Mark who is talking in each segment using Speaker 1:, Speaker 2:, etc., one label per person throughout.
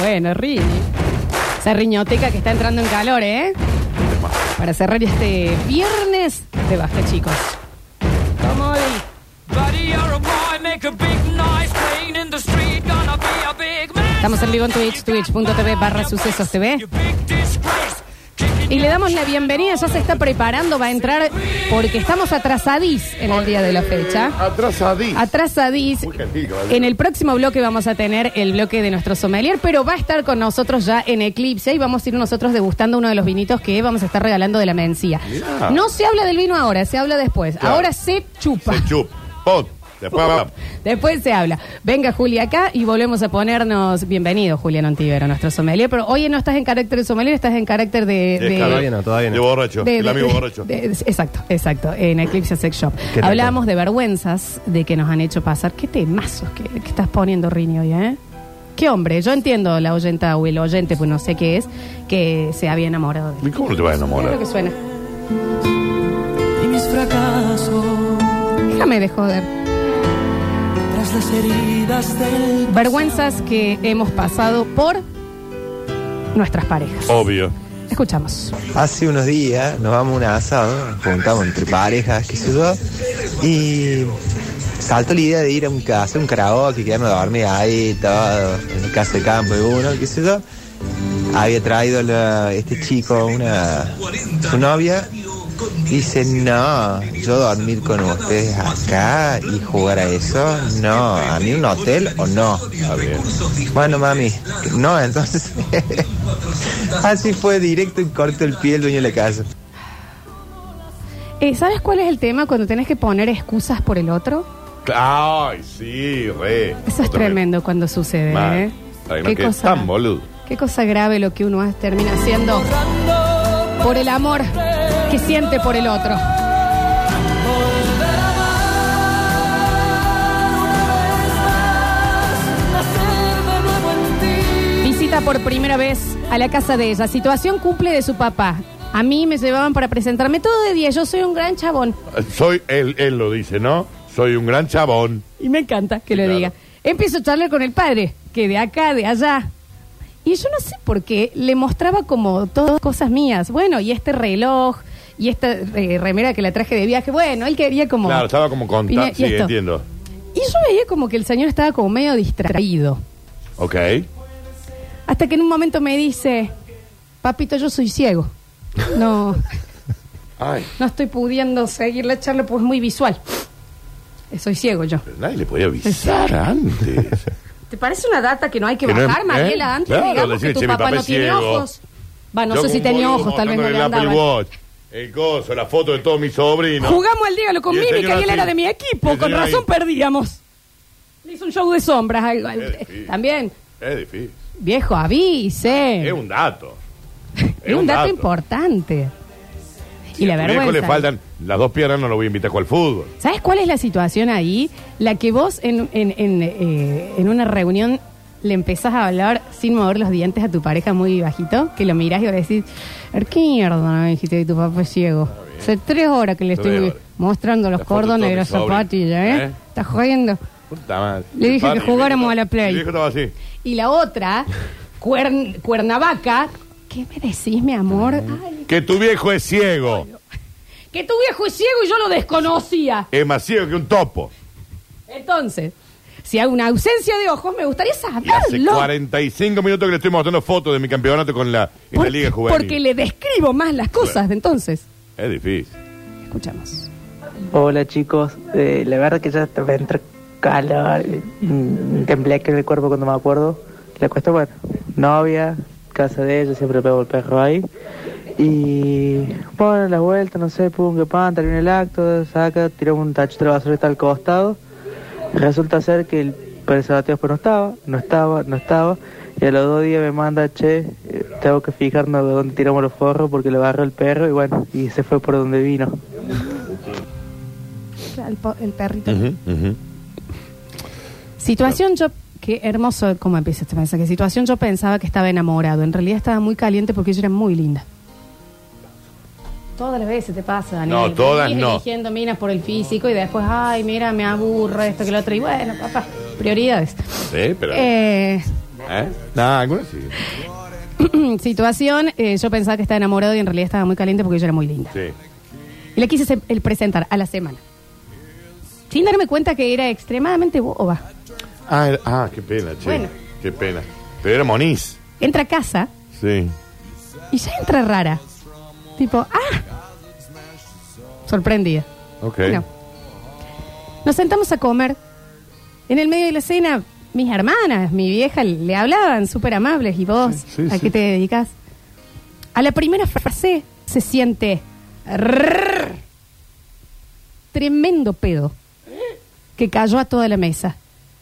Speaker 1: Bueno, Rini. Esa riñoteca que está entrando en calor, ¿eh? Para cerrar este viernes de basta, chicos. Como hoy.
Speaker 2: Buddy, you're a boy, make a big noise, playing in the street, gonna be a big man.
Speaker 1: Estamos en vivo en Twitch, twitch.tv barra sucesos TV.
Speaker 2: You big disgrace, kicking
Speaker 1: Y le damos la bienvenida, ya se está preparando, va a entrar porque estamos atrasadís en el día de la fecha.
Speaker 3: Eh, Atrasadí.
Speaker 1: Atrasadís.
Speaker 3: Muy gentil, caballero.
Speaker 1: En el próximo bloque vamos a tener el bloque de nuestro sommelier, pero va a estar con nosotros ya en Eclipse y vamos a ir nosotros degustando uno de los vinitos que vamos a estar regalando de la mencía.
Speaker 3: Mirá.
Speaker 1: No se habla del vino ahora, se habla después.
Speaker 3: Claro.
Speaker 1: Ahora se chupa.
Speaker 3: Se chup. Pot. Después va.
Speaker 1: Después se habla. Venga Julia acá y volvemos a ponernos. Bienvenido, Julián Ontivero, nuestro sommelier. Pero oye, no estás en carácter de sommelier, estás en carácter de. de-
Speaker 3: Todavía no, todavía no. De borracho.
Speaker 1: de-
Speaker 3: el
Speaker 1: de-
Speaker 3: amigo
Speaker 1: de-
Speaker 3: borracho.
Speaker 1: de- exacto, exacto. En Eclipse Sex Shop.
Speaker 4: Qué rico.
Speaker 1: Hablábamos de vergüenzas de que nos han hecho pasar. Qué temazos que, que estás poniendo, Rini, hoy, ¿eh? Qué hombre. Yo entiendo la oyenta o el oyente, pues no sé qué es, que se había enamorado de él.
Speaker 3: ¿Y ¿Cómo no te vas a
Speaker 1: Mira
Speaker 3: enamorar?
Speaker 1: lo que suena.
Speaker 5: y mis fracasos
Speaker 1: Déjame de joder.
Speaker 5: tras las heridas del
Speaker 1: Vergüenzas que hemos pasado por nuestras parejas.
Speaker 3: Obvio.
Speaker 1: Escuchamos.
Speaker 6: Hace unos días nos vamos a un asado, nos juntamos entre parejas, qué sé yo, y saltó la idea de ir a un casa, un karaoke, quedarnos a dormir ahí, todo, en el casa de campo de uno, qué sé yo. Había traído la- este chico una su novia. Dice, no, yo dormir con ustedes acá y jugar a eso, no, a mí un hotel o no. Bueno, mami, no, entonces. Así fue directo y corto el pie el dueño de la casa.
Speaker 1: Eh, ¿Sabes cuál es el tema cuando tenés que poner excusas por el otro?
Speaker 3: Ay, sí, re.
Speaker 1: Eso es
Speaker 3: Otra vez.
Speaker 1: tremendo cuando sucede,
Speaker 3: Mal.
Speaker 1: ¿eh?
Speaker 3: Ay, no, que tan boludo.
Speaker 1: Qué cosa grave lo que uno hace- termina haciendo por el amor que siente por el otro. Visita por primera vez a la casa de ella. Situación cumple de su papá. A mí me llevaban para presentarme todo de día. Yo soy un gran chabón.
Speaker 3: Eh, Soy, él, él lo dice, ¿no? Soy un gran chabón.
Speaker 1: Y me encanta que
Speaker 3: Sí,
Speaker 1: lo
Speaker 3: claro.
Speaker 1: diga. Empiezo a charlar con el padre, que de acá, de allá. Y yo no sé por qué le mostraba como todas cosas mías. Bueno, y este reloj, y esta eh, remera que la traje de viaje. Bueno, él quería como.
Speaker 3: Claro, estaba como
Speaker 1: Vine-
Speaker 3: contando.
Speaker 1: y
Speaker 3: Sí,
Speaker 1: esto.
Speaker 3: entiendo.
Speaker 1: Y yo veía como que el señor estaba como medio distraído.
Speaker 3: Ok.
Speaker 1: Hasta que en un momento me dice: Papito, yo soy ciego. No,
Speaker 3: Ay,
Speaker 1: no estoy pudiendo seguir la charla, pues es muy visual. Eh, Soy ciego yo.
Speaker 3: pero nadie le podía avisar antes.
Speaker 1: ¿Te parece una data que no hay que,
Speaker 3: Que no es-
Speaker 1: bajar,
Speaker 3: ¿eh?
Speaker 1: Mariela? Antes
Speaker 3: Claro,
Speaker 1: digamos
Speaker 3: decir,
Speaker 1: que tu
Speaker 3: che, mi
Speaker 1: papá
Speaker 3: papá
Speaker 1: no
Speaker 3: es
Speaker 1: tiene
Speaker 3: ciego.
Speaker 1: ojos. Va, no
Speaker 3: Yo
Speaker 1: sé si
Speaker 3: con
Speaker 1: tenía
Speaker 3: boludo
Speaker 1: ojos, tal vez no
Speaker 3: mostrándole
Speaker 1: le
Speaker 3: el Apple
Speaker 1: andaban.
Speaker 3: Watch, el coso, la foto de todos mis sobrinos.
Speaker 1: Jugamos al diablo con
Speaker 3: Y el
Speaker 1: Mimi, que
Speaker 3: señor
Speaker 1: él era
Speaker 3: así.
Speaker 1: de mi
Speaker 3: Y
Speaker 1: equipo,
Speaker 3: el
Speaker 1: con
Speaker 3: señor ahí.
Speaker 1: razón perdíamos. Le hizo un show de sombras. algo- algo-
Speaker 3: Eh, sí.
Speaker 1: También,
Speaker 3: Es difícil.
Speaker 1: viejo, avise.
Speaker 3: Es un dato.
Speaker 1: Es un dato importante. Y la
Speaker 3: A tu viejo
Speaker 1: vergüenza.
Speaker 3: le faltan las dos piernas, no lo voy a invitar a jugar al fútbol.
Speaker 1: ¿Sabes cuál es la situación ahí? La que vos en, en- en, eh, en una reunión le empezás a hablar sin mover los dientes a tu pareja muy bajito, que lo mirás y le decís, "Er, ¿qué mierda me dijiste que tu papá es ciego? Hace tres horas que le
Speaker 3: Tres
Speaker 1: estoy
Speaker 3: horas.
Speaker 1: mostrando los
Speaker 3: La foto
Speaker 1: cordones de
Speaker 3: de
Speaker 1: la
Speaker 3: todos mis
Speaker 1: zapatilla, ¿eh?
Speaker 3: sobrinos, ¿eh?
Speaker 1: Estás jodiendo.
Speaker 3: Puta madre.
Speaker 1: Le dije
Speaker 3: El
Speaker 1: que
Speaker 3: padre,
Speaker 1: jugáramos
Speaker 3: el viejo
Speaker 1: a la Play.
Speaker 3: El viejo estaba así.
Speaker 1: Y la otra, cuern- Cuernavaca, ¿qué me decís, mi amor? Ay,
Speaker 3: Que tu viejo es ciego.
Speaker 1: que tu viejo es ciego y yo lo desconocía.
Speaker 3: Es más ciego que un topo.
Speaker 1: Entonces, si hay una ausencia de ojos, me gustaría
Speaker 3: Y hace
Speaker 1: saberlo.
Speaker 3: 45 minutos que le estoy mostrando fotos de mi campeonato con la, en la
Speaker 1: Por-
Speaker 3: Liga Juvenil.
Speaker 1: Porque le describo más las cosas de entonces.
Speaker 3: Es difícil.
Speaker 1: Escuchamos.
Speaker 7: Hola chicos, Eh, la verdad que ya me entra calor, mm, tembleque en el cuerpo cuando me acuerdo. La cuestión, bueno, novia, casa de ella, siempre pego el perro ahí. Y bueno, la vuelta, no sé, pum, que pan, termina el acto, saca, tira un tacho de la basura que está al costado. Resulta ser que el preservativo pues no estaba, no estaba, no estaba. Y a los dos días me manda, che, eh, tengo que fijarnos dónde tiramos los forros porque lo agarró el perro y bueno, y se fue por donde vino.
Speaker 1: El, po- el perrito. Situación yo... Qué hermoso cómo empieza este mensaje. Situación yo pensaba que estaba enamorado. En realidad estaba muy caliente porque ella era muy linda. Todas las veces te pasa, Daniel.
Speaker 3: No, todas
Speaker 1: Venís
Speaker 3: no.
Speaker 1: eligiendo minas por el físico y después, ay, mira, me aburro esto que lo otro. Y bueno, papá, prioridades.
Speaker 3: Sí, pero
Speaker 1: Eh,
Speaker 3: ¿Eh? No, algunos sí.
Speaker 1: Situación, eh, yo pensaba que estaba enamorado y en realidad estaba muy caliente porque yo era muy linda.
Speaker 3: Sí.
Speaker 1: Y la quise se- el presentar a la semana. Sin darme cuenta que era extremadamente boba.
Speaker 3: Ah, era- ah, qué pena, che.
Speaker 1: Bueno.
Speaker 3: Qué pena. Pero era Moniz.
Speaker 1: Entra a casa
Speaker 3: Sí.
Speaker 1: y ya entra rara. Tipo, ¡ah! Sorprendida.
Speaker 3: Ok.
Speaker 1: Bueno. Nos sentamos a comer. En el medio de la cena, mis hermanas, mi vieja, le hablaban súper amables. ¿Y vos?
Speaker 3: Sí, sí,
Speaker 1: ¿A qué
Speaker 3: sí.
Speaker 1: te dedicas? A la primera frase se siente... rrrr. tremendo pedo que cayó a toda la mesa.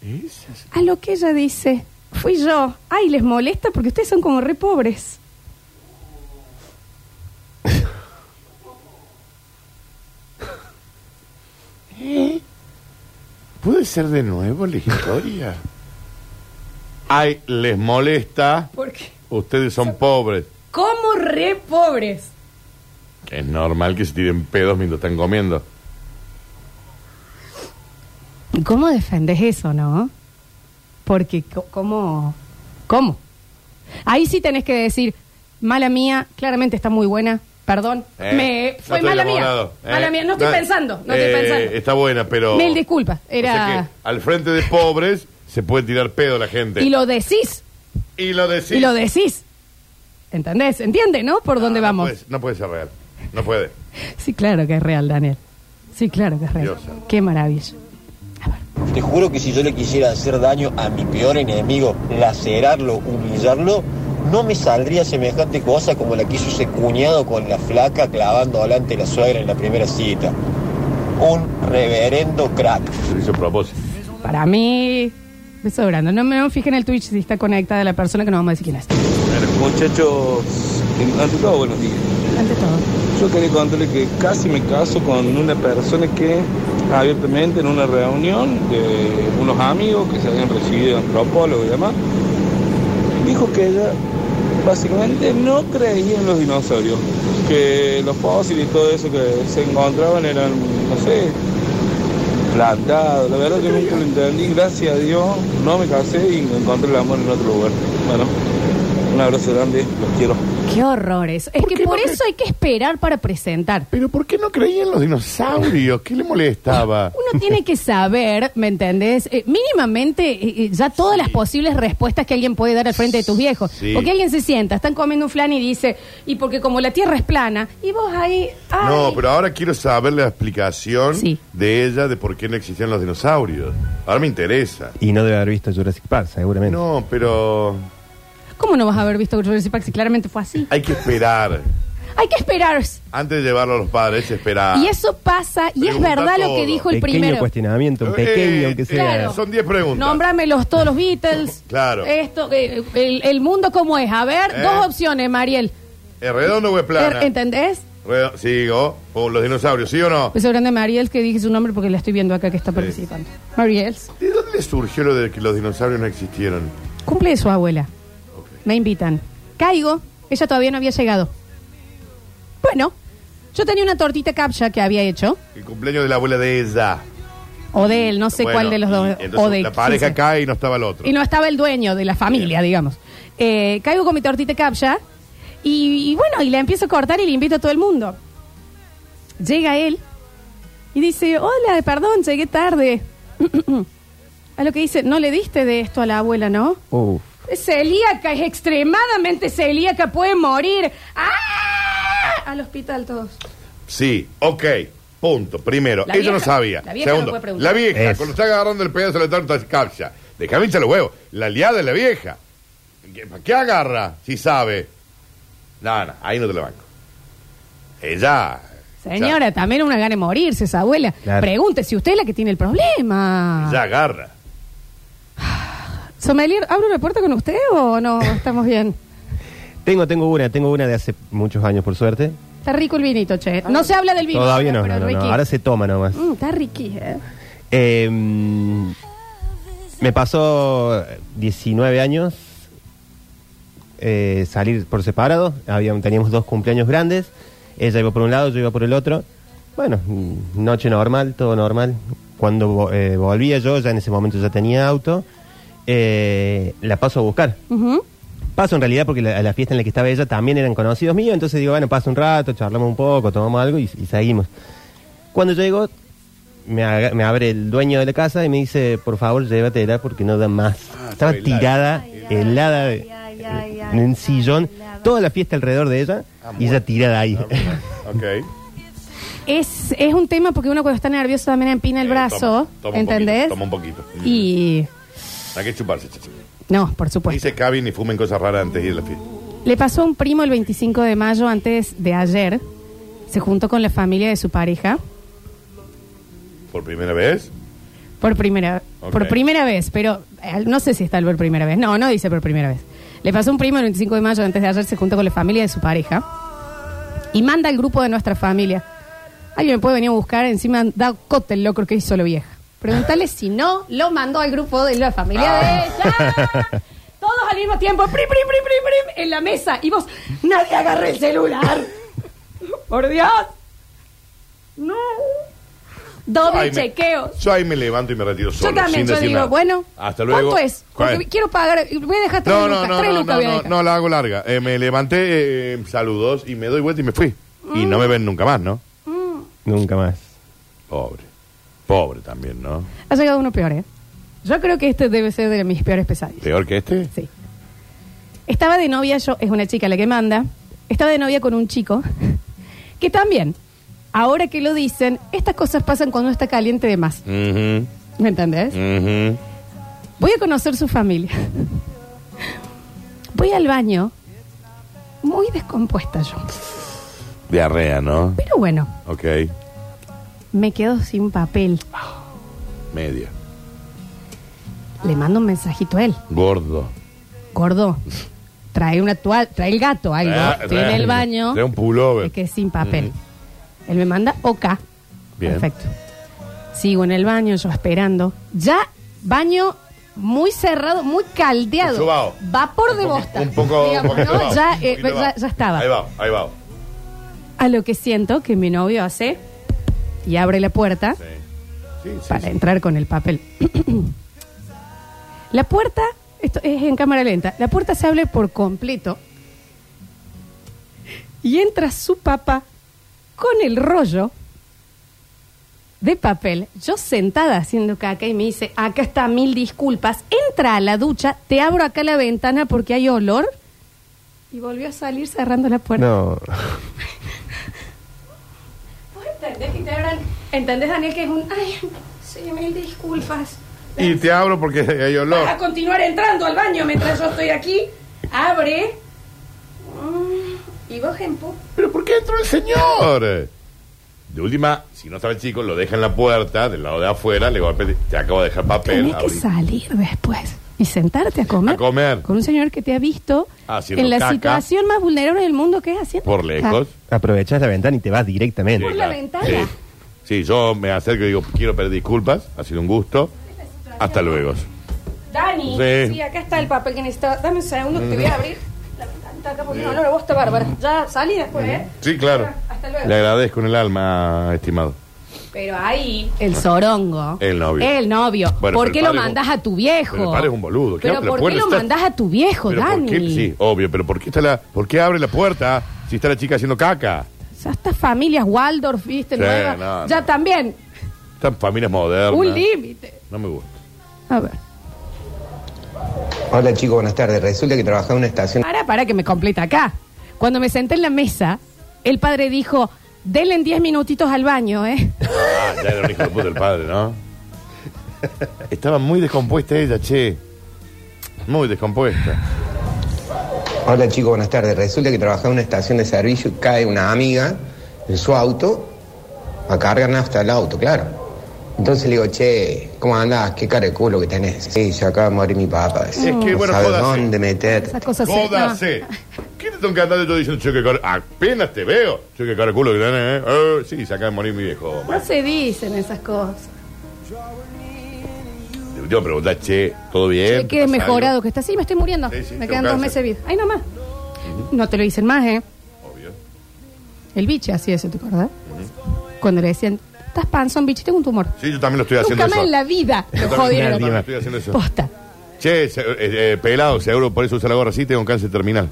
Speaker 3: Esas-
Speaker 1: A lo que ella dice, fui yo. Ay, les molesta porque ustedes son como re pobres.
Speaker 3: ¿Puede ser de nuevo la historia? Ay, les molesta.
Speaker 1: Porque,
Speaker 3: Ustedes son pobres.
Speaker 1: ¿cómo re pobres?
Speaker 3: Es normal que se tiren pedos mientras están comiendo.
Speaker 1: ¿Y cómo defendes eso, no? Porque, co- ¿cómo? ¿Cómo? Ahí sí tenés que decir, mala mía, claramente está muy buena, perdón,
Speaker 3: Eh,
Speaker 1: me,
Speaker 3: no
Speaker 1: fue
Speaker 3: estoy
Speaker 1: mala mía.
Speaker 3: enamorado, eh.
Speaker 1: Mala mía, no estoy pensando, no estoy
Speaker 3: eh,
Speaker 1: pensando.
Speaker 3: Está buena, pero.
Speaker 1: Mil disculpas,
Speaker 3: O sea
Speaker 1: era...
Speaker 3: que al frente de pobres se puede tirar pedo la gente.
Speaker 1: Y lo decís,
Speaker 3: Y lo decís.
Speaker 1: y lo decís. ¿Entendés? ¿Entiende, no? ¿Por dónde
Speaker 3: Ah, No
Speaker 1: vamos?
Speaker 3: puede, no puede ser real. No puede.
Speaker 1: Sí, claro que es real, Daniel. Sí, claro que es real.
Speaker 3: Dios.
Speaker 1: Qué maravilla.
Speaker 4: Te juro que si yo le quisiera hacer daño a mi peor enemigo, lacerarlo, humillarlo, no me saldría semejante cosa como la que hizo ese cuñado con la flaca clavando delante la suegra en la primera cita. Un reverendo crack.
Speaker 3: Se lo hizo a propósito.
Speaker 1: Para mí, me sobrando. No me no me fijé en el Twitch si está conectada la persona que no vamos a decir quién es.
Speaker 8: Muchachos, ante todo, buenos días.
Speaker 1: Ante todo.
Speaker 8: Yo quería contarle que casi me caso con una persona que abiertamente en una reunión de unos amigos que se habían recibido antropólogos y demás, dijo que ella básicamente no creía en los dinosaurios, que los fósiles y todo eso que se encontraban eran, no sé, plantados. La verdad que nunca lo entendí, gracias a Dios no me casé y encontré el amor en otro lugar. Bueno, un abrazo grande, los quiero.
Speaker 1: Qué horrores. Es
Speaker 3: ¿Por
Speaker 1: que
Speaker 3: qué
Speaker 1: por
Speaker 3: no me-
Speaker 1: eso hay que esperar para presentar.
Speaker 3: Pero ¿por qué no creían los dinosaurios? ¿Qué le molestaba?
Speaker 1: Uno tiene que saber, ¿me entendés? Eh, mínimamente eh, eh, ya todas las posibles respuestas que alguien puede dar al frente de tus viejos.
Speaker 3: Sí.
Speaker 1: Porque alguien se sienta, están comiendo un flan y dice, y porque como la tierra es plana, y vos ahí... ay.
Speaker 3: No, pero ahora quiero saber la explicación
Speaker 1: Sí.
Speaker 3: de ella de por qué no existían los dinosaurios. Ahora me interesa.
Speaker 9: Y no debe haber visto Jurassic Park, seguramente.
Speaker 3: No, pero
Speaker 1: ¿Cómo no vas a haber visto Jurassic Park si claramente fue así?
Speaker 3: hay que esperar.
Speaker 1: Hay que esperar.
Speaker 3: Antes de llevarlo a los padres, esperar.
Speaker 1: Y eso pasa, y es
Speaker 3: Ah. Pregunta
Speaker 1: verdad lo que
Speaker 3: todo.
Speaker 1: dijo el
Speaker 9: Pequeño
Speaker 1: primero.
Speaker 9: cuestionamiento, un
Speaker 3: Eh,
Speaker 9: pequeño,
Speaker 3: eh,
Speaker 9: aunque sea.
Speaker 1: Claro.
Speaker 3: Son 10 preguntas.
Speaker 1: Nómbramelos todos los Beatles.
Speaker 3: Claro.
Speaker 1: Esto, eh, el, el mundo cómo es. A ver,
Speaker 3: Eh.
Speaker 1: dos opciones, Mariel.
Speaker 3: ¿Es redondo o es plana?
Speaker 1: Er- ¿Entendés?
Speaker 3: Redo- Sigo. O los dinosaurios, ¿sí o no?
Speaker 1: Pues grande Mariel que dije su nombre porque la estoy viendo acá que está participando. Mariel
Speaker 3: ¿De dónde surgió lo de que los dinosaurios no existieron?
Speaker 1: cumple de su abuela. Me invitan. Caigo, ella todavía no había llegado. Bueno, yo tenía una tortita captcha que había hecho,
Speaker 3: El cumpleaños de la abuela de ella.
Speaker 1: o de él, no sé
Speaker 3: Bueno,
Speaker 1: cuál de los
Speaker 3: y
Speaker 1: dos.
Speaker 3: entonces
Speaker 1: O de
Speaker 3: la pareja
Speaker 1: sí, sí.
Speaker 3: cae y no estaba el otro.
Speaker 1: Y no estaba el dueño de la familia, digamos. Eh, caigo con mi tortita captcha y, y bueno, y la empiezo a cortar y le invito a todo el mundo. Llega él y dice, hola, perdón, llegué tarde. a lo que dice, no le diste de esto a la abuela, ¿no?
Speaker 9: Uf.
Speaker 1: Es celíaca, es extremadamente celíaca, puede morir. ¡Ah! Al hospital todos.
Speaker 3: Sí, ok. Punto. Primero,
Speaker 1: La
Speaker 3: ella no
Speaker 1: vieja-
Speaker 3: sabía.
Speaker 1: la vieja
Speaker 3: Segundo,
Speaker 1: no puede preguntar.
Speaker 3: la vieja,
Speaker 9: Es.
Speaker 3: cuando está agarrando el pedazo de la torta, captcha. Déjame hinchar los huevos. La liada de la vieja. ¿Qué, ¿Para qué agarra si sabe? No, no, ahí no te lo banco. Ella.
Speaker 1: Señora, también una gana de morirse esa abuela.
Speaker 9: Claro.
Speaker 1: Pregunte si usted es la que tiene el problema.
Speaker 3: Ya, ya agarra.
Speaker 1: Sommelier, ¿abro la puerta con usted o no? Estamos bien.
Speaker 9: Tengo, tengo una, tengo una de hace muchos años, por suerte.
Speaker 1: Está rico el vinito, che. No se habla del vino. ¿eh?
Speaker 9: Todavía no,
Speaker 1: pero
Speaker 9: no, no, no.
Speaker 1: riqui.
Speaker 9: Ahora se toma nomás.
Speaker 1: Mm, está riqui, eh.
Speaker 9: Eh, mm, me pasó 19 años eh, salir por separado. Habíamos, teníamos dos cumpleaños grandes. Ella iba por un lado, yo iba por el otro. Bueno, mm, noche normal, todo normal. Cuando vo- eh, volvía yo, ya en ese momento ya tenía auto. eh, la paso a buscar.
Speaker 1: Ujú.
Speaker 9: Paso en realidad porque la, la fiesta en la que estaba ella también eran conocidos míos, entonces digo, bueno, paso un rato, charlamos un poco, tomamos algo y, y seguimos. Cuando llego, me, aga- me abre el dueño de la casa y me dice, por favor, llévatela porque no da más.
Speaker 3: Ah,
Speaker 9: Estaba
Speaker 3: está helada.
Speaker 9: tirada, helada, de- en un sillón, toda la fiesta alrededor de ella
Speaker 6: Ah,
Speaker 9: y ella tirada ahí.
Speaker 3: Ok.
Speaker 1: Es, es un tema porque uno cuando está nervioso también empina el
Speaker 3: Eh,
Speaker 1: brazo,
Speaker 3: toma- toma un
Speaker 1: ¿entendés?
Speaker 3: poquito, toma un poquito.
Speaker 1: Y
Speaker 3: Hay que chuparse, chacho.
Speaker 1: no, por
Speaker 3: Ni
Speaker 1: supuesto.
Speaker 3: se caben ni fumen cosas raras antes de ir a la fiesta.
Speaker 1: Le pasó a un primo el 25 de mayo antes de ayer. Se juntó con la familia de su pareja
Speaker 3: ¿Por primera vez?
Speaker 1: por primera,
Speaker 3: Ok.
Speaker 1: por primera vez, pero eh, no sé si está el por primera vez. No, no dice por primera vez. Le pasó a un primo el 25 de mayo antes de ayer, se juntó con la familia de su pareja y manda al grupo de nuestra familia. Alguien me puede venir a buscar, encima da cote el locro que hizo lo vieja. Pregúntale si no lo mandó al grupo de la familia
Speaker 3: Ah.
Speaker 1: de ella. Todos al mismo tiempo, prim, prim, prim, prim, prim, en la mesa. Y vos, nadie agarre el celular. Por Dios. No. Doble
Speaker 3: Ay, me-
Speaker 1: chequeo.
Speaker 3: yo ahí me levanto y me retiro solo.
Speaker 1: yo también,
Speaker 3: sin
Speaker 1: yo
Speaker 3: decir
Speaker 1: digo,
Speaker 3: nada.
Speaker 1: bueno,
Speaker 3: Hasta luego.
Speaker 1: ¿cuánto es? Porque
Speaker 3: Bueno.
Speaker 1: quiero pagar, eh, voy a dejar tres
Speaker 3: No, no,
Speaker 1: lucas,
Speaker 3: no,
Speaker 1: tres
Speaker 3: no,
Speaker 1: lucas
Speaker 3: no,
Speaker 1: voy a
Speaker 3: no,
Speaker 1: dejar.
Speaker 3: no, la hago larga. Eh, me levanté, eh, saludos y me doy vuelta y me fui. Y no me ven nunca más, ¿no?
Speaker 9: Nunca más.
Speaker 3: Pobre. Pobre también, ¿no?
Speaker 1: Ha llegado uno peor, ¿eh? Yo creo que este debe ser de mis peores pesadillas.
Speaker 3: ¿Peor que este?
Speaker 1: Sí. Estaba de novia, yo, es una chica la que manda, estaba de novia con un chico, que también, ahora que lo dicen, estas cosas pasan cuando uno está caliente de más.
Speaker 3: Ujú,
Speaker 1: ¿Me
Speaker 3: Mm.
Speaker 1: entendés?
Speaker 3: ujú.
Speaker 1: Voy a conocer su familia. Voy al baño, muy descompuesta yo.
Speaker 3: Diarrea, ¿no?
Speaker 1: Pero bueno,
Speaker 3: Ok.
Speaker 1: me quedo sin papel.
Speaker 3: Media.
Speaker 1: Le mando un mensajito a él.
Speaker 3: Gordo.
Speaker 1: Gordo, trae una toalla, trae el gato, algo.
Speaker 3: Ah,
Speaker 1: Estoy en
Speaker 3: trae-
Speaker 1: el baño.
Speaker 3: trae un pullover.
Speaker 1: Me quedé sin papel. Él me manda OK.
Speaker 3: Bien.
Speaker 1: Perfecto. Sigo en el baño, yo esperando. Ya, baño muy cerrado, muy caldeado.
Speaker 3: Chubao.
Speaker 1: Vapor de
Speaker 3: Un poqui-
Speaker 1: bosta.
Speaker 3: Un poco.
Speaker 1: digamos,
Speaker 3: un poquito
Speaker 1: ¿no?
Speaker 3: bajo,
Speaker 1: Ya,
Speaker 3: un
Speaker 1: eh,
Speaker 3: poquito
Speaker 1: ya,
Speaker 3: bajo.
Speaker 1: ya estaba.
Speaker 3: Ahí va, ahí va.
Speaker 1: A lo que siento que mi novio hace y abre la puerta
Speaker 3: Sí. Sí, sí,
Speaker 1: para
Speaker 3: sí.
Speaker 1: entrar con el papel. la puerta, esto es en cámara lenta, la puerta se abre por completo y entra su papá con el rollo de papel. Yo sentada haciendo caca y me dice, acá está, mil disculpas, entra a la ducha, te abro acá la ventana porque hay olor. Y volvió a salir cerrando la puerta.
Speaker 9: No.
Speaker 1: ¿Vos entendés que te abran? ¿Entendés, Daniel, que es un, ay, sí, mil disculpas?
Speaker 3: Y te abro porque hay olor.
Speaker 1: Para continuar entrando al baño mientras yo estoy aquí, abre. Mm, Y vos en pu-
Speaker 3: ¿Pero por qué entró el señor? De última, si no sabe el chico, lo deja en la puerta, del lado de afuera, le golpea, te acabo de dejar papel.
Speaker 1: Tenés que
Speaker 3: abrí.
Speaker 1: salir después y sentarte a comer.
Speaker 3: A comer.
Speaker 1: Con un señor que te ha visto
Speaker 3: Haciendo
Speaker 1: en la
Speaker 3: caca.
Speaker 1: situación más vulnerable del mundo que es haciendo.
Speaker 3: Por
Speaker 1: caca.
Speaker 3: lejos.
Speaker 9: Aprovechas la ventana y te vas directamente.
Speaker 1: Por la ventana.
Speaker 3: Sí. Sí, yo me acerco y digo, quiero pedir disculpas, ha sido un gusto. Hasta luego.
Speaker 1: Dani,
Speaker 3: Sí.
Speaker 1: sí. acá está el papel que necesitaba. Dame un segundo que te voy a abrir. La ventana acá porque no, no, vos está bárbara. Ya salí después, ¿eh?
Speaker 3: Sí, claro.
Speaker 1: Hasta luego.
Speaker 3: Le agradezco en el alma, estimado.
Speaker 1: Pero ahí. El sorongo.
Speaker 3: El novio.
Speaker 1: El novio.
Speaker 3: Bueno,
Speaker 1: ¿Por
Speaker 3: pero
Speaker 1: qué
Speaker 3: el
Speaker 1: lo
Speaker 3: padre es un-
Speaker 1: mandas a tu viejo?
Speaker 3: pero el padre es un boludo,
Speaker 1: Pero
Speaker 3: claro, pero
Speaker 1: ¿por
Speaker 3: puede
Speaker 1: qué lo
Speaker 3: estar-
Speaker 1: mandas a tu viejo,
Speaker 3: Pero ¿por
Speaker 1: Dani?
Speaker 3: qué? Sí, obvio, pero ¿por qué, está la, ¿por qué abre la puerta si está la chica haciendo caca?
Speaker 1: O sea, estas familias Waldorf, viste,
Speaker 3: Sí,
Speaker 1: nuevas.
Speaker 3: no,
Speaker 1: ya
Speaker 3: no.
Speaker 1: también.
Speaker 3: Están familias modernas.
Speaker 1: Un límite.
Speaker 3: No me gusta.
Speaker 1: A ver.
Speaker 6: Hola chicos, buenas tardes. Resulta que trabajaba en una estación
Speaker 1: Para, para que me completa acá. Cuando me senté en la mesa, el padre dijo, denle en 10 minutitos al baño, ¿eh?
Speaker 3: Ah, ya era un hijo de puta el padre, ¿no? Estaba muy descompuesta ella, che. Muy descompuesta.
Speaker 6: Hola chicos, buenas tardes. Resulta que trabajaba en una estación de servicio, cae una amiga en su auto a cargar nafta el auto, claro. Entonces le digo, che, ¿cómo andás? ¿Qué cara de culo que tenés? Sí, yo acabo de morir mi papá.
Speaker 3: Es que, bueno,
Speaker 6: ¿Sabes
Speaker 3: jódase.
Speaker 6: dónde meter?
Speaker 1: Esas cosas... se-
Speaker 3: Jódase. ¿Qué te tengo que andar yo diciendo, che, que cara... Apenas te veo. Che, que cara de culo que tenés, ¿eh? Eh, sí, se acaba de morir mi viejo.
Speaker 1: No, no se dicen esas cosas.
Speaker 3: Yo me preguntar, che, ¿todo bien?
Speaker 1: Que
Speaker 3: ¿Te
Speaker 1: quede
Speaker 3: pasa
Speaker 1: mejorado
Speaker 3: algo?
Speaker 1: que está. Sí, me estoy muriendo.
Speaker 3: Sí, sí,
Speaker 1: me
Speaker 3: tengo
Speaker 1: quedan dos
Speaker 3: cáncer.
Speaker 1: meses de vida. Ahí nomás. No te lo dicen más, ¿eh?
Speaker 3: Obvio.
Speaker 1: El biche hacía eso, ¿te acordás? Cuando le decían, estás panzón, biche, tengo un tumor.
Speaker 3: Sí, yo también lo estoy haciendo
Speaker 1: Nunca más
Speaker 3: eso.
Speaker 1: en la vida
Speaker 3: Yo
Speaker 1: lo
Speaker 3: también-
Speaker 1: jodieron.
Speaker 3: yo también estoy haciendo eso.
Speaker 1: Posta.
Speaker 3: Che, se- eh, eh, pelado, seguro por eso usa la gorra así, tengo cáncer terminal.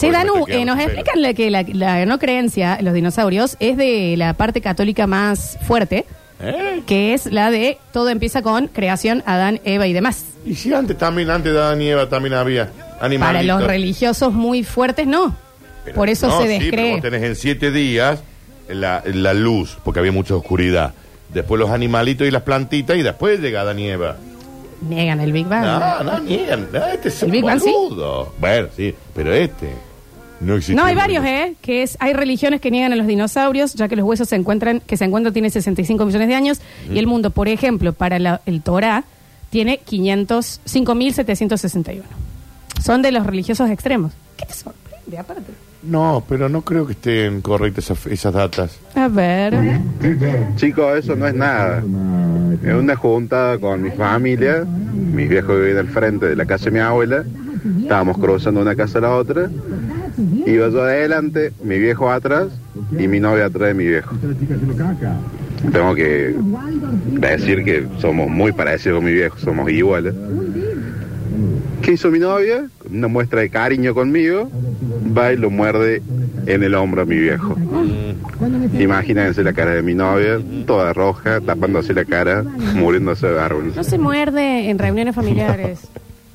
Speaker 1: Che,
Speaker 3: Por eso
Speaker 1: Danu,
Speaker 3: te quedan
Speaker 1: eh, nos
Speaker 3: los pelos.
Speaker 1: explican la- que la, la no creencia, los dinosaurios, es de la parte católica más fuerte,
Speaker 3: ¿Eh?
Speaker 1: que es la de todo empieza con creación, Adán, Eva y demás.
Speaker 3: Y si antes también, antes de Adán y Eva también había
Speaker 1: Para
Speaker 3: animalitos.
Speaker 1: los religiosos muy fuertes, no.
Speaker 3: Pero-
Speaker 1: Por eso
Speaker 3: no,
Speaker 1: se
Speaker 3: sí, pero
Speaker 1: descree.
Speaker 3: vos tenés en siete días la, la luz, porque había mucha oscuridad. Después los animalitos y las plantitas, y después llega Adán y Eva.
Speaker 1: Niegan el Big Bang.
Speaker 3: No, no, niegan. no, este es
Speaker 1: Ah. ¿El
Speaker 3: un
Speaker 1: Big Bang sí?
Speaker 3: boludo. Bueno, sí, pero este no existe.
Speaker 1: No, hay varios, ¿eh? Que es, hay religiones que niegan a los dinosaurios, ya que los huesos se encuentran, que se encuentran tiene 65 millones de años, y el mundo, por ejemplo, para la- el Torah, tiene 500, 5.761. Son de los religiosos extremos. ¿Qué te sorprende, aparte?
Speaker 3: No, pero no creo que estén correctas esas, esas datas.
Speaker 1: A ver.
Speaker 10: Chicos, eso no es nada. Es una junta con mi familia, mis viejos vivían al frente de la casa de mi abuela. Estábamos cruzando una casa a la otra. Iba yo adelante, mi viejo atrás y mi novia atrás de mi viejo. Tengo que decir que somos muy parecidos con mi viejo, somos iguales. ¿Qué hizo mi novia? Una muestra de cariño conmigo. Va y lo muerde en el hombro a mi viejo.
Speaker 1: Mm.
Speaker 10: Imagínense la cara de mi novia, toda roja, tapándose la cara, muriéndose de vergüenza.
Speaker 1: No se muerde en reuniones familiares.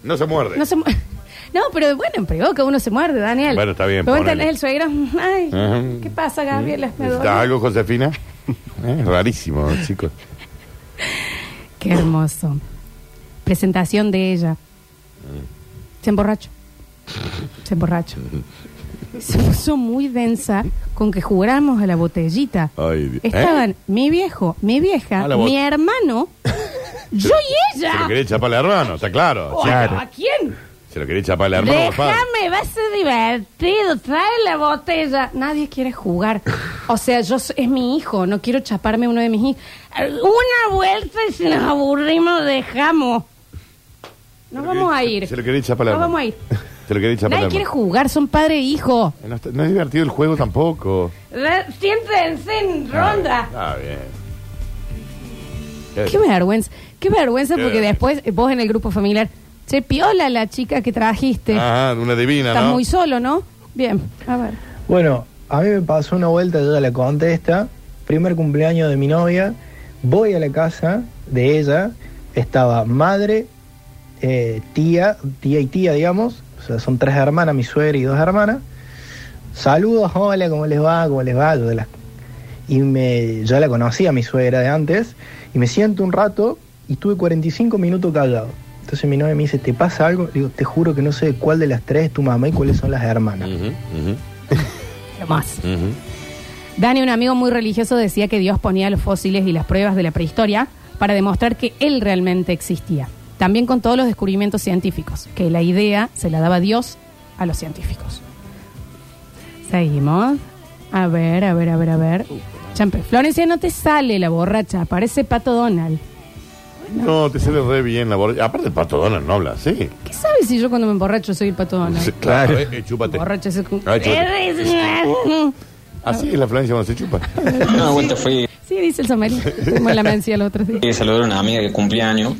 Speaker 3: No se muerde.
Speaker 1: No se mu- No, pero bueno, en que uno se muerde, Daniel.
Speaker 3: Bueno, está bien,
Speaker 1: Pero vos
Speaker 3: ponele.
Speaker 1: tenés el suegro. Ay,
Speaker 3: Ajá.
Speaker 1: ¿qué pasa, Gabriela? Me
Speaker 3: ¿Está
Speaker 1: duele.
Speaker 3: algo, Josefina? Es rarísimo, chicos.
Speaker 1: Qué hermoso. Presentación de ella. Se emborracho. Se emborracho. Se puso muy densa con que jugáramos a la botellita.
Speaker 3: Ay, Dios.
Speaker 1: Estaban mi viejo, mi vieja,
Speaker 3: A la bot-
Speaker 1: mi hermano, yo y
Speaker 3: Se lo
Speaker 1: ella.
Speaker 3: quería chapar al hermano, está claro.
Speaker 1: Oh,
Speaker 3: chica.
Speaker 1: ¿A quién?
Speaker 3: Se lo quería chapar al hermano, papá.
Speaker 1: Déjame, va a ser divertido. Trae la botella. Nadie quiere jugar. O sea, yo so- es mi hijo. No quiero chaparme a uno de mis hijos. Una vuelta y si nos aburrimos, dejamos. Nos vamos a ir.
Speaker 3: Se lo quería chapar al
Speaker 1: Nos
Speaker 3: hermano.
Speaker 1: vamos a ir.
Speaker 3: Se lo quería chapar al
Speaker 1: Nadie
Speaker 3: hermano. Eh,
Speaker 1: quiere jugar. Son padre e hijo.
Speaker 3: No, está- no es divertido el juego tampoco.
Speaker 1: Re- Siéntense en ronda.
Speaker 3: Ah, bien.
Speaker 1: Qué vergüenza. Qué vergüenza
Speaker 3: Qué
Speaker 1: porque
Speaker 3: vergüenza.
Speaker 1: después eh, vos en el grupo familiar. Che, piola la chica que trajiste.
Speaker 3: Ajá, una divina,
Speaker 1: Estás
Speaker 3: Ah, ¿no?
Speaker 1: muy solo, ¿no? Bien, a ver.
Speaker 11: Bueno, a mí me pasó una vuelta, yo la contesta. Primer cumpleaños de mi novia. Voy a la casa de ella. Estaba madre, eh, tía, tía y tía, digamos. O sea, son tres hermanas, mi suegra y dos hermanas. Saludos, hola, ¿cómo les va? ¿Cómo les va? Yo la, y me, yo la conocía, mi suegra de antes. Y me siento un rato y estuve 45 minutos callado. Entonces mi novia me dice, ¿te pasa algo? Le digo, te juro que no sé cuál de las tres es tu mamá y cuáles son las hermanas.
Speaker 3: Ujú, ujú,
Speaker 1: Lo más.
Speaker 3: ujú.
Speaker 1: Dani, un amigo muy religioso, decía que Dios ponía los fósiles y las pruebas de la prehistoria para demostrar que Él realmente existía. También con todos los descubrimientos científicos, que la idea se la daba Dios a los científicos. Seguimos. A ver, a ver, a ver, a ver. Champe, Florencia, no te sale la borracha, parece Pato Donald.
Speaker 3: No, te sale re bien la borracha. Aparte, el pato Donald no habla, sí.
Speaker 1: ¿Qué sabes si yo cuando me emborracho soy el Pato Donald?
Speaker 3: Sí, Claro, eh, eh, chúpate.
Speaker 1: Borracha se...
Speaker 3: Ay,
Speaker 1: "Eh,
Speaker 3: chúpate. Así es la Florencia cuando se chupa.
Speaker 8: Una vuelta fui
Speaker 1: Sí, dice el sommelier, como la mencía los otros días.
Speaker 8: a saludar a una amiga que cumplía años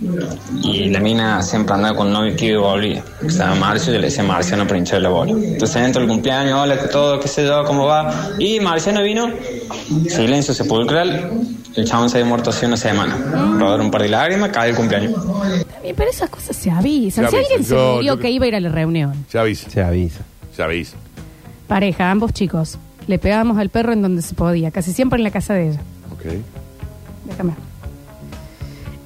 Speaker 8: y la mina siempre andaba con un novio que iba y volvía. Que se llama Marcio y yo le decía Marciano para hinchar la bola. Entonces entro el cumpleaños, hola, todo, qué sé yo, cómo va. Y Marciano vino, silencio sepulcral, el chabón se había muerto hace una semana. Rodaron un par de lágrimas, cae el cumpleaños.
Speaker 1: También, pero esas cosas se avisan.
Speaker 3: Se
Speaker 1: si alguien
Speaker 3: avisan.
Speaker 1: se
Speaker 3: Yo-
Speaker 1: murió
Speaker 3: yo-
Speaker 1: que iba a ir a la reunión,
Speaker 3: Se avisa,
Speaker 9: Se avisa.
Speaker 3: se avisa.
Speaker 1: pareja, ambos chicos, le pegábamos al perro en donde se podía, casi siempre en la casa de ella.
Speaker 3: Ok.
Speaker 1: Déjame.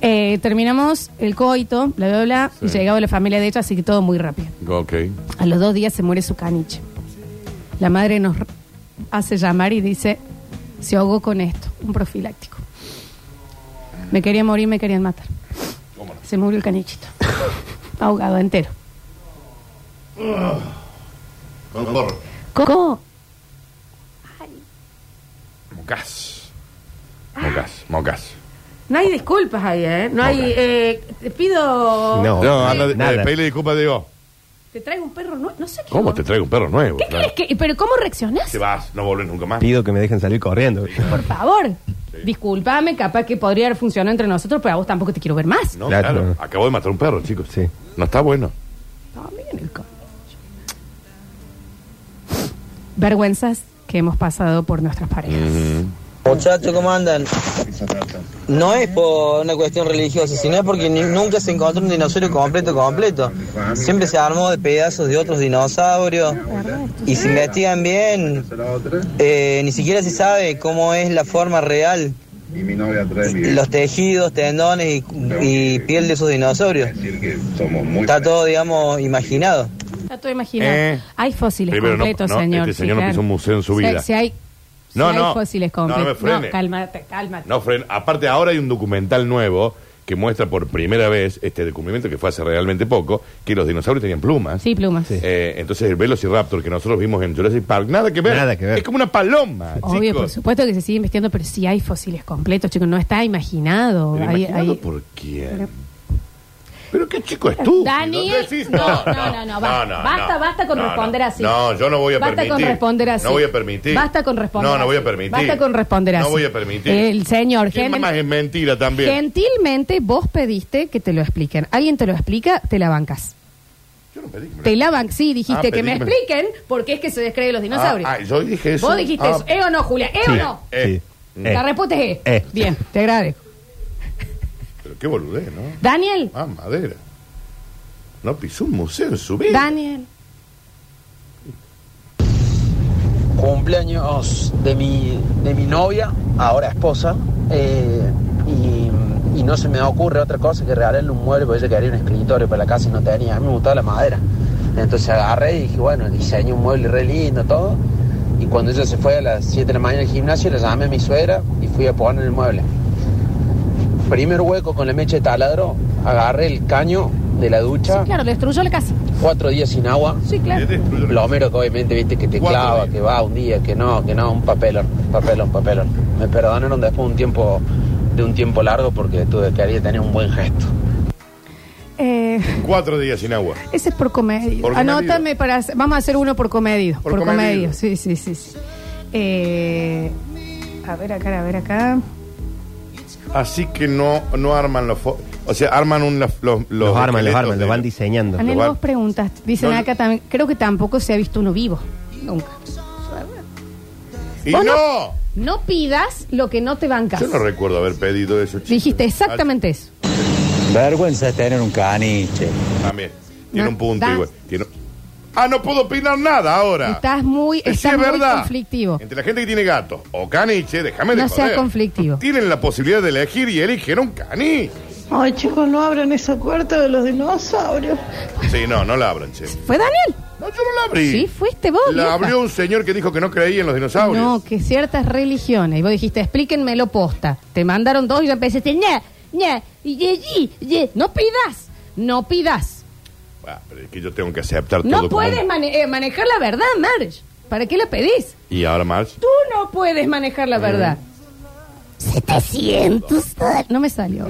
Speaker 1: Eh, terminamos el coito, bla, bla, bla, y
Speaker 3: Sí.
Speaker 1: llegaba la familia de ella, así que todo muy rápido.
Speaker 3: Ok.
Speaker 1: A los dos días se muere su caniche. La madre nos r- hace llamar y dice, se ahogó con esto, un profiláctico. Me quería morir, me querían matar. Se murió el canichito. Ahogado entero.
Speaker 3: Con gorro.
Speaker 1: ¿Cómo?
Speaker 3: Mocas. Mocas, mocas.
Speaker 1: No hay disculpas ahí, ¿eh? No hay...
Speaker 3: Ok.
Speaker 1: eh, te pido...
Speaker 9: No.
Speaker 3: No, anda,
Speaker 9: nada.
Speaker 3: eh, pedile disculpas, digo.
Speaker 1: Te traigo un perro nuevo. No sé qué.
Speaker 3: ¿Cómo te traigo un perro nuevo?
Speaker 1: ¿Qué
Speaker 3: Claro.
Speaker 1: crees que...? ¿Pero cómo reaccionás?
Speaker 3: Te vas, no volvés nunca más.
Speaker 9: Pido que me dejen salir corriendo.
Speaker 1: Por favor. Disculpame, capaz que podría haber funcionado entre nosotros, pero a vos tampoco te quiero ver más.
Speaker 3: No,
Speaker 9: Claro.
Speaker 3: claro. Acabo de matar un perro, chicos.
Speaker 9: Sí.
Speaker 3: No está bueno.
Speaker 1: No, miren el colmillo. Vergüenzas que hemos pasado por nuestras parejas.
Speaker 3: Mm.
Speaker 11: Muchachos, ¿cómo andan? No es por una cuestión religiosa, sino es porque ni- nunca se encontró un dinosaurio completo, completo. Siempre se armó de pedazos de otros dinosaurios. Y si investigan bien, eh, ni siquiera se sabe cómo es la forma real,
Speaker 12: Y mi novia trae mi
Speaker 11: los tejidos, tendones y, y piel de esos dinosaurios. Está todo, digamos, imaginado.
Speaker 1: Está todo imaginado.
Speaker 3: Eh.
Speaker 1: Hay fósiles
Speaker 3: Primero, no-
Speaker 1: completos,
Speaker 3: no,
Speaker 1: señor.
Speaker 3: este señor no
Speaker 1: fijar.
Speaker 3: pisó un museo en su
Speaker 1: Si-
Speaker 3: vida.
Speaker 1: Si hay, si
Speaker 3: No,
Speaker 1: hay
Speaker 3: no.
Speaker 1: fósiles
Speaker 3: No, no me
Speaker 1: completos.
Speaker 3: frene.
Speaker 1: cálmate, cálmate.
Speaker 3: No, Fren, aparte ahora hay un documental nuevo que muestra por primera vez este descubrimiento que fue hace realmente poco, que los dinosaurios tenían plumas.
Speaker 1: Sí, plumas.
Speaker 3: Eh, entonces el Velociraptor que nosotros vimos en Jurassic Park, nada que ver.
Speaker 9: Nada que ver.
Speaker 3: Es como una paloma.
Speaker 1: Obvio,
Speaker 3: chicos.
Speaker 1: por supuesto que se sigue investigando, pero si hay fósiles completos, chicos. No está imaginado.
Speaker 3: Pero
Speaker 1: Hay-
Speaker 3: imaginado
Speaker 1: hay-
Speaker 3: por quién? Pero qué chico estúpido.
Speaker 1: Daniel,
Speaker 3: decís-
Speaker 1: no, no, no, no, basta, basta, basta con responder
Speaker 3: no.
Speaker 1: así.
Speaker 3: No, yo no voy a
Speaker 1: Basta
Speaker 3: permitir.
Speaker 1: con responder así.
Speaker 3: No voy a permitir.
Speaker 1: Basta con responder
Speaker 3: No, no voy a
Speaker 1: así.
Speaker 3: permitir.
Speaker 1: Basta con responder así.
Speaker 3: No voy a permitir.
Speaker 1: El señor,
Speaker 3: ¿Quién
Speaker 1: gente-
Speaker 3: más es mentira también.
Speaker 1: Gentilmente vos pediste que te lo expliquen. Alguien te lo explica, te la bancas.
Speaker 3: Yo no pedí que me
Speaker 1: Te la bancas. Sí, dijiste
Speaker 3: Ah,
Speaker 1: que me
Speaker 3: pedí que me-
Speaker 1: expliquen porque es que se descreve los dinosaurios.
Speaker 3: Ah, ah, yo dije eso.
Speaker 1: Vos dijiste
Speaker 3: Ah,
Speaker 1: eso. ¿Eh o no, Julia? ¿Eh o
Speaker 9: Sí.
Speaker 1: no?
Speaker 9: Sí.
Speaker 1: La
Speaker 9: Eh.
Speaker 1: respuesta es E.
Speaker 9: Eh.
Speaker 1: Bien, te agradezco.
Speaker 3: Pero qué boludez, ¿no?
Speaker 1: Daniel,
Speaker 3: Ah, madera. No pisó un museo en su vida.
Speaker 1: Daniel.
Speaker 11: cumpleaños de mi, de mi novia, ahora esposa, eh, y, y no se me ocurre otra cosa que regalarle un mueble, porque ella quería un escritorio para la casa y no tenía, a mí me gustaba la madera. Entonces agarré y dije, bueno, diseñé un mueble re lindo, todo, y cuando ella se fue a las 7 de la mañana al gimnasio, le llamé a mi suegra y fui a poner el mueble. Primer hueco con la mecha de taladro, agarré el caño de la ducha,
Speaker 1: Claro, lo destruyó la casa.
Speaker 11: cuatro días sin agua,
Speaker 1: Sí, claro.
Speaker 3: Le destruyó la-
Speaker 11: Plomero que obviamente viste que te
Speaker 3: Cuatro
Speaker 11: clava,
Speaker 3: días.
Speaker 11: que va un día, que no, que no, un papelón, papelón, papelón. Me perdonaron después de un tiempo, de un tiempo largo porque tuve que haría tener un buen gesto.
Speaker 1: Eh,
Speaker 3: Cuatro días sin agua.
Speaker 1: ese es por comedido.
Speaker 3: Por comedido.
Speaker 1: Anótame para. hacer- Vamos a hacer uno por comedido. Por,
Speaker 3: Por
Speaker 1: comedido.
Speaker 3: comedido.
Speaker 1: Sí, sí, sí. sí. Eh, a ver acá, a ver acá.
Speaker 3: Así que no, no arman los. fo- O sea, arman un, los, los,
Speaker 9: Los arman, los
Speaker 3: esqueletos
Speaker 9: arman,
Speaker 3: de-
Speaker 9: los van diseñando.
Speaker 1: Anel,
Speaker 3: Lo va-
Speaker 1: vos preguntas. Dicen
Speaker 3: No, no.
Speaker 1: acá también. Creo que tampoco se ha visto uno vivo. Nunca.
Speaker 3: ¡Y
Speaker 1: Vos no-
Speaker 3: no!
Speaker 1: No pidas lo que no te bancas.
Speaker 3: Yo no recuerdo haber pedido eso, chicos.
Speaker 1: Dijiste exactamente eso.
Speaker 6: Vergüenza es tener un caniche.
Speaker 3: Ah, También. Tiene
Speaker 1: No,
Speaker 3: un punto,
Speaker 1: da-
Speaker 3: igual. Tiene- Ah, no puedo opinar nada ahora.
Speaker 1: Estás muy,
Speaker 3: Ah. Eh, Sí,
Speaker 1: estás
Speaker 3: es
Speaker 1: muy
Speaker 3: verdad.
Speaker 1: conflictivo.
Speaker 3: Entre la gente que tiene gato o caniche, déjame de
Speaker 1: No sea
Speaker 3: joder.
Speaker 1: conflictivo.
Speaker 3: Tienen la posibilidad de elegir y eligen un caniche.
Speaker 13: Ay, chicos, no abran esa puerta de los dinosaurios.
Speaker 3: Sí, no, no la abran, che.
Speaker 1: ¿Fue Daniel?
Speaker 3: No, yo no la abrí.
Speaker 1: Sí, fuiste vos,
Speaker 3: La
Speaker 1: vieja.
Speaker 3: abrió un señor que dijo que no creía en los dinosaurios.
Speaker 1: No, que ciertas religiones. Y vos dijiste, explíquenmelo posta. Te mandaron dos y ya empezaste, ña, ña, y ye, yi, ye". No pidas, no pidas.
Speaker 3: Ah, pero es que yo tengo que aceptar
Speaker 1: No
Speaker 3: todo. como
Speaker 1: puedes
Speaker 3: un-
Speaker 1: mane- eh, manejar la verdad, Marge. ¿Para qué la pedís?
Speaker 3: Y ahora más.
Speaker 1: Tú no puedes manejar
Speaker 3: Eh.
Speaker 1: la verdad. 700 dólares. No me salió.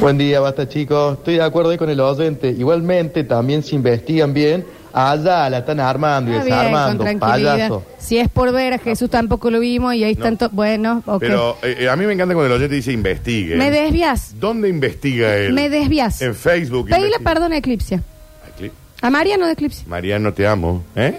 Speaker 14: Buen día, basta chicos. Estoy de acuerdo ahí con el oyente. Igualmente, también se investigan bien, allá la están armando y
Speaker 1: Está bien,
Speaker 14: desarmando,
Speaker 1: con tranquilidad.
Speaker 14: payaso.
Speaker 1: Si es por ver a Jesús tampoco lo vimos y ahí
Speaker 3: No.
Speaker 1: tanto. Bueno, ok.
Speaker 3: Pero eh, eh, a mí me encanta cuando el oyente dice investigue.
Speaker 1: me desvías.
Speaker 3: ¿Dónde investiga él?
Speaker 1: Me desvías.
Speaker 3: En Facebook.
Speaker 1: Pedile
Speaker 3: investiga.
Speaker 1: perdón a Eclipse.
Speaker 3: Aquí.
Speaker 1: A Mariano de Eclipse.
Speaker 3: Mariano, te amo. ¿Eh?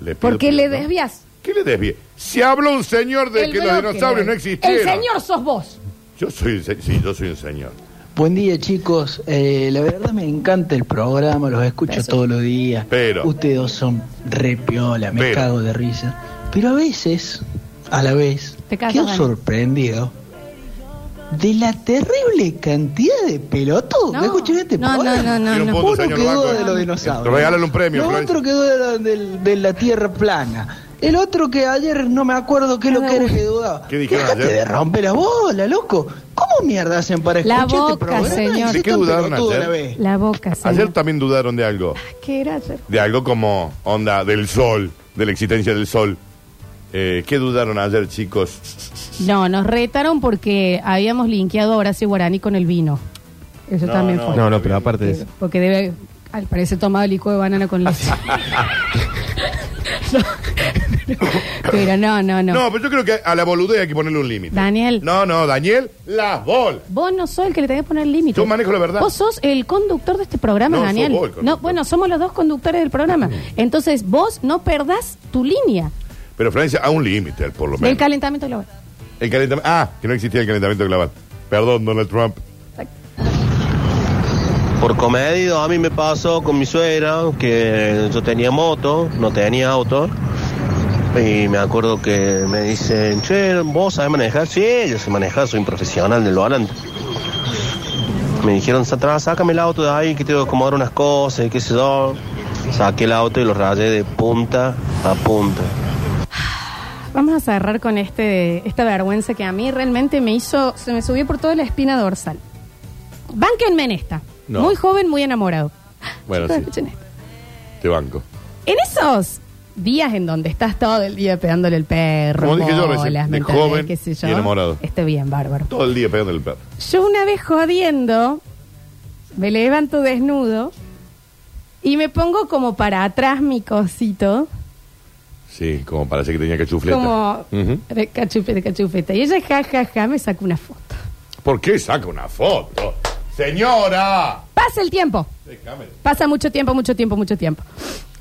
Speaker 3: Le pido
Speaker 1: ¿Por qué le
Speaker 3: perdón.
Speaker 1: desvías?
Speaker 3: ¿Qué le desvíe? Si habló un señor de
Speaker 1: El
Speaker 3: que los
Speaker 1: bloque,
Speaker 3: dinosaurios no
Speaker 1: Daniel.
Speaker 3: existieron.
Speaker 1: El señor sos vos.
Speaker 3: Yo soy, un se- sí, yo soy un señor.
Speaker 15: Buen día chicos, Eh, la verdad me encanta el programa, los escucho todos los días.
Speaker 3: Pero.
Speaker 15: Ustedes dos son re piola, me
Speaker 3: Pero.
Speaker 15: cago de risa. Pero a veces, a la vez,
Speaker 1: Te cagas,
Speaker 15: quedo
Speaker 1: Dani.
Speaker 15: sorprendido de la terrible cantidad de pelotudos
Speaker 1: No.
Speaker 15: que escucho en este
Speaker 1: No, no,
Speaker 15: programa.
Speaker 1: no, no, Tiene un no. punto,
Speaker 15: Uno
Speaker 3: señor
Speaker 15: que
Speaker 3: Banco.
Speaker 15: duda de los dinosaurios.
Speaker 3: eh. Regálale un premio,
Speaker 15: Los
Speaker 3: Florencia.
Speaker 15: otro que duda de, de- de la tierra plana. El otro que ayer no me acuerdo qué es lo que era que dudaba.
Speaker 3: ¿Qué dijeron
Speaker 15: Dejate
Speaker 3: ayer?
Speaker 15: de romper la bola, loco. ¿Cómo mierda hacen para
Speaker 1: La
Speaker 15: escuchar este
Speaker 1: boca,
Speaker 15: programa?
Speaker 1: señor.
Speaker 3: ¿De qué
Speaker 15: Tan
Speaker 3: dudaron
Speaker 15: pelotudo
Speaker 3: ayer?
Speaker 15: la vez.
Speaker 1: La boca,
Speaker 3: Ayer
Speaker 1: señor.
Speaker 3: también dudaron de algo.
Speaker 1: ¿Qué era ayer?
Speaker 3: De algo como onda del sol, de la existencia del sol. Eh, ¿Qué dudaron ayer, chicos?
Speaker 1: No, nos retaron porque habíamos linkeado a Horacio Guarani con el vino. Eso
Speaker 3: No,
Speaker 1: también fue.
Speaker 9: No, no, pero aparte de eso.
Speaker 1: Porque debe, al parecer, tomado licor de banana con leche. No. Pero no, no, no.
Speaker 3: No, pero yo creo que a la boludez hay que ponerle un límite.
Speaker 1: Daniel.
Speaker 3: No, no, Daniel, las bolas.
Speaker 1: Vos no sos el que le tenés que poner límite.
Speaker 3: Yo manejo la verdad.
Speaker 1: Vos sos el conductor de este programa,
Speaker 3: No, sos
Speaker 1: Daniel.
Speaker 3: vos el conductor. Mm.
Speaker 1: no, bueno, somos los dos conductores del programa. Entonces, vos no perdás tu línea
Speaker 3: Pero Florencia, a un límite, por lo
Speaker 1: del
Speaker 3: menos.
Speaker 1: calentamiento global.
Speaker 3: El calentamiento. Ah, que no existía el calentamiento global. Perdón, Donald Trump.
Speaker 16: Por comedido, a mí me pasó con mi suegra, que yo tenía moto, no tenía auto. Y me acuerdo que me dicen, che, ¿vos sabés manejar? Sí, yo sé manejar, soy un profesional del volante. Me dijeron, atrás, sácame el auto de ahí, que tengo que acomodar unas cosas, y qué sé yo. Saqué el auto y lo rayé de punta a punta.
Speaker 1: Vamos a cerrar con este, esta vergüenza que a mí realmente me hizo, se me subió por toda la espina dorsal. Bánquenme en esta.
Speaker 3: No.
Speaker 1: Muy joven, muy enamorado.
Speaker 3: Bueno,
Speaker 1: Chicos,
Speaker 3: sí,
Speaker 1: escuchen esto.
Speaker 3: te banco.
Speaker 1: En esos días en donde estás todo el día pegándole el perro,
Speaker 3: Como dije yo
Speaker 1: bolas,
Speaker 3: recién,
Speaker 1: ¿me
Speaker 3: de
Speaker 1: entendés?
Speaker 3: joven
Speaker 1: Qué sé
Speaker 3: y
Speaker 1: yo.
Speaker 3: enamorado.
Speaker 1: Está bien, bárbaro.
Speaker 3: Todo el día pegando el perro.
Speaker 1: Yo una vez jodiendo, me levanto desnudo y me pongo como para atrás mi cosito,
Speaker 3: Sí, como parece que tenía cachufleta.
Speaker 1: como
Speaker 3: Ujú.
Speaker 1: de cachufeta, de cachufeta. Y ella, ja, ja, ja, me saca una foto.
Speaker 3: ¿Por qué saca una foto? ¡Señora!
Speaker 1: Pasa el tiempo.
Speaker 3: Déjame.
Speaker 1: Pasa mucho tiempo, mucho tiempo, mucho tiempo.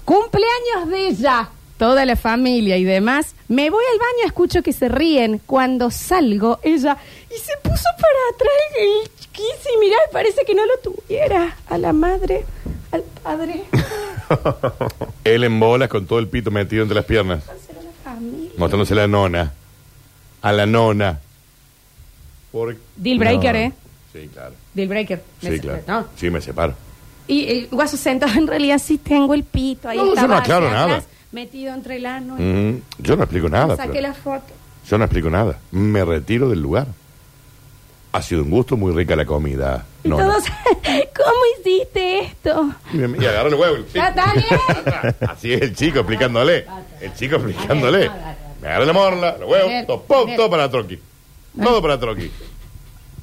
Speaker 1: Cumpleaños de ella, toda la familia y demás. Me voy al baño, escucho que se ríen. Cuando salgo, ella y se puso para atrás el kiss y mirá, parece que no lo tuviera. A la madre, al padre,
Speaker 3: Él en bolas con todo el pito metido entre las piernas.
Speaker 1: a la familia.
Speaker 3: Mostrándose la nona. A la nona. Por...
Speaker 1: Deal breaker, ¿eh?
Speaker 3: Sí, claro.
Speaker 1: Deal breaker. Me
Speaker 3: Sí,
Speaker 1: se-
Speaker 3: claro.
Speaker 1: ¿no?
Speaker 3: Sí, me separo.
Speaker 1: Y el guaso sentado, en realidad sí tengo el pito ahí.
Speaker 3: No, yo
Speaker 1: estaba
Speaker 3: no aclaro
Speaker 1: hacia atrás,
Speaker 3: nada.
Speaker 1: Metido entre el ano. y-
Speaker 3: Ujú. Mm, Yo no explico nada.
Speaker 1: Saqué
Speaker 3: Flor.
Speaker 1: la foto.
Speaker 3: Yo no explico nada. Me retiro del lugar. Ha sido un gusto muy rica la comida.
Speaker 1: Y
Speaker 3: No,
Speaker 1: todos, ¿cómo hiciste esto?
Speaker 3: Y me- y agarró el huevo. el chico.
Speaker 1: Ya, Daniel.
Speaker 3: Así es el chico explicándole. El chico explicándole. Me agarró la morla, los huevos,
Speaker 1: Daniel,
Speaker 3: todo, pum,
Speaker 1: Daniel.
Speaker 3: todo para Troqui. Todo para Troqui.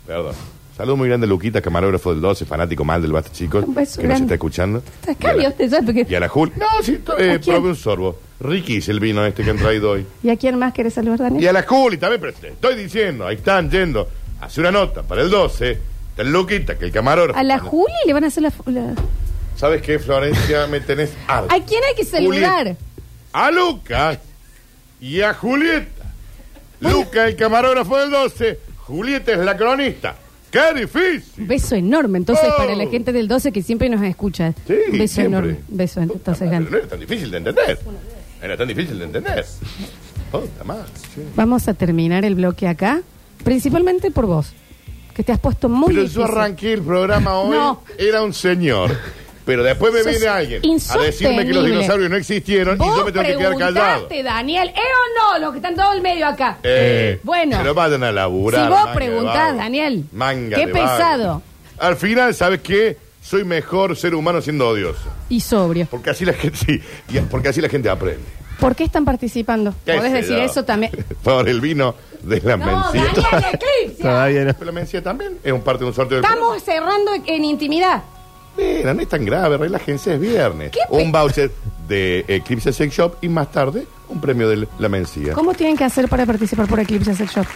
Speaker 3: Perdón. Saludo muy grande a Luquita, camarógrafo del 12, fanático mal del Basta Chicos,
Speaker 1: Un beso
Speaker 3: que nos
Speaker 1: grande.
Speaker 3: está escuchando.
Speaker 1: Está cambio usted ya, porque-
Speaker 3: Y a la Jul. No, sí, to- eh,
Speaker 1: ¿A quién?
Speaker 3: probé un sorbo. Ricky es el vino este que han traído hoy.
Speaker 1: ¿Y a quién más querés saludar, Daniel?
Speaker 3: Y a la Juli también, pero te estoy diciendo, ahí están yendo. Hace una nota para el 12. Está el Luquita, que el camarógrafo.
Speaker 1: A la Juli le van a hacer la... fo- la-
Speaker 3: ¿Sabes qué, Florencia? Me tenés harto.
Speaker 1: ¿A quién hay que saludar?
Speaker 3: a Lucas y a Julieta. Lucas, el camarógrafo del 12. Julieta es la cronista. ¡Qué difícil!
Speaker 1: Un beso enorme, entonces,
Speaker 3: Oh.
Speaker 1: para la gente del 12 que siempre nos escucha.
Speaker 3: Sí,
Speaker 1: Un beso
Speaker 3: siempre.
Speaker 1: enorme. Un beso entonces
Speaker 3: Pero
Speaker 1: grande.
Speaker 3: no era tan difícil de entender. Era tan difícil de entender. Puta madre, sí.
Speaker 1: Vamos a terminar el bloque acá, principalmente por vos, que te has puesto muy
Speaker 3: Pero
Speaker 1: difícil.
Speaker 3: yo arranqué el programa hoy.
Speaker 1: No.
Speaker 3: Era un señor. Pero después me
Speaker 1: Sos
Speaker 3: viene alguien a
Speaker 1: insostenible.
Speaker 3: decirme que los dinosaurios no existieron y
Speaker 1: Vos
Speaker 3: yo me tengo que quedar callado.
Speaker 1: preguntaste, Daniel, ¿eh o no? Los que están todo el medio acá.
Speaker 3: Eh,
Speaker 1: bueno,
Speaker 3: Pero vayan a laburar.
Speaker 1: si vos
Speaker 3: manga de
Speaker 1: preguntás,
Speaker 3: vago.
Speaker 1: Daniel,
Speaker 3: Manga
Speaker 1: qué
Speaker 3: de vago.
Speaker 1: pesado
Speaker 3: Al final, ¿sabes qué? Soy mejor ser humano siendo odioso.
Speaker 1: y sobrio.
Speaker 3: Porque así la gente, sí, y- porque así la gente aprende.
Speaker 1: ¿Por qué están participando?
Speaker 3: ¿Qué
Speaker 1: Podés
Speaker 3: sé
Speaker 1: decir
Speaker 3: yo?
Speaker 1: eso también.
Speaker 3: Por el vino de la mencía.
Speaker 9: Todavía no.
Speaker 3: Pero la mencía también es un parte de un sorteo de
Speaker 1: Estamos cerrando en intimidad.
Speaker 3: Mira, no es tan grave, relájense, es viernes.
Speaker 1: ¿Qué pe-
Speaker 3: Un voucher de Eclipse Sex Shop y más tarde un premio de la mencía.
Speaker 1: ¿Cómo tienen que hacer para participar por Eclipse Sex Shop?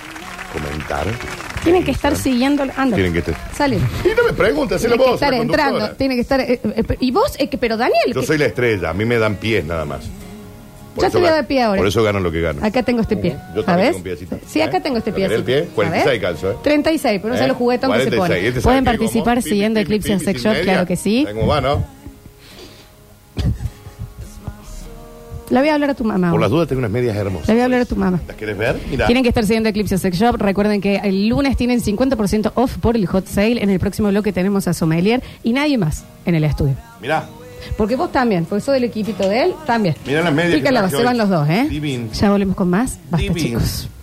Speaker 3: Comentar.
Speaker 1: Tienen que estar siguiendo. Anda.
Speaker 3: Tienen que estar.
Speaker 1: Sale.
Speaker 3: Y no me preguntes, hacelo
Speaker 1: Tiene que
Speaker 3: vos.
Speaker 1: estar
Speaker 3: la conductora.
Speaker 1: entrando. Tiene que estar. eh, eh, y vos, eh, que- pero Daniel.
Speaker 3: Yo
Speaker 1: que-
Speaker 3: soy la estrella, a mí me dan pies nada más.
Speaker 1: Yo
Speaker 3: eso
Speaker 1: te lo
Speaker 3: gano-
Speaker 1: doy pie ahora.
Speaker 3: Por eso gano lo que gano.
Speaker 1: Acá tengo este pie.
Speaker 3: Uh, Yo también
Speaker 1: ¿Sabes?
Speaker 3: tengo un piecito.
Speaker 1: Sí, acá
Speaker 3: ¿Eh?
Speaker 1: tengo este
Speaker 3: ¿Lo querés
Speaker 1: pie.
Speaker 3: el pie? 46 calzo, ¿eh?
Speaker 1: 36, pero no sé
Speaker 3: ¿Eh?
Speaker 1: los juguetón que se
Speaker 3: 46,
Speaker 1: pone.
Speaker 3: este
Speaker 1: Pueden
Speaker 3: sabe que
Speaker 1: participar
Speaker 3: como-
Speaker 1: siguiendo
Speaker 3: pi, pi,
Speaker 1: Eclipse
Speaker 3: pi, pi,
Speaker 1: Sex
Speaker 3: sin
Speaker 1: Shop,
Speaker 3: media.
Speaker 1: claro que sí.
Speaker 3: Está como va, ¿no?
Speaker 1: La voy a hablar a tu mamá.
Speaker 3: Por
Speaker 1: ahora.
Speaker 3: las dudas tengo unas medias hermosas.
Speaker 1: La voy a hablar a tu mamá.
Speaker 3: ¿Las querés ver? Mira.
Speaker 1: Tienen que estar siguiendo Eclipse Sex Shop. Recuerden que el lunes tienen 50% off por el hot sale. En el próximo bloque tenemos a Sommelier y nadie más en el estudio.
Speaker 3: Mirá,
Speaker 1: Porque vos también, porque sos del equipito de él, también.
Speaker 3: mirá las medias.
Speaker 1: Pícala, se van los dos, ¿eh?
Speaker 3: Divin.
Speaker 1: Ya volvemos con más. Basta, chicos.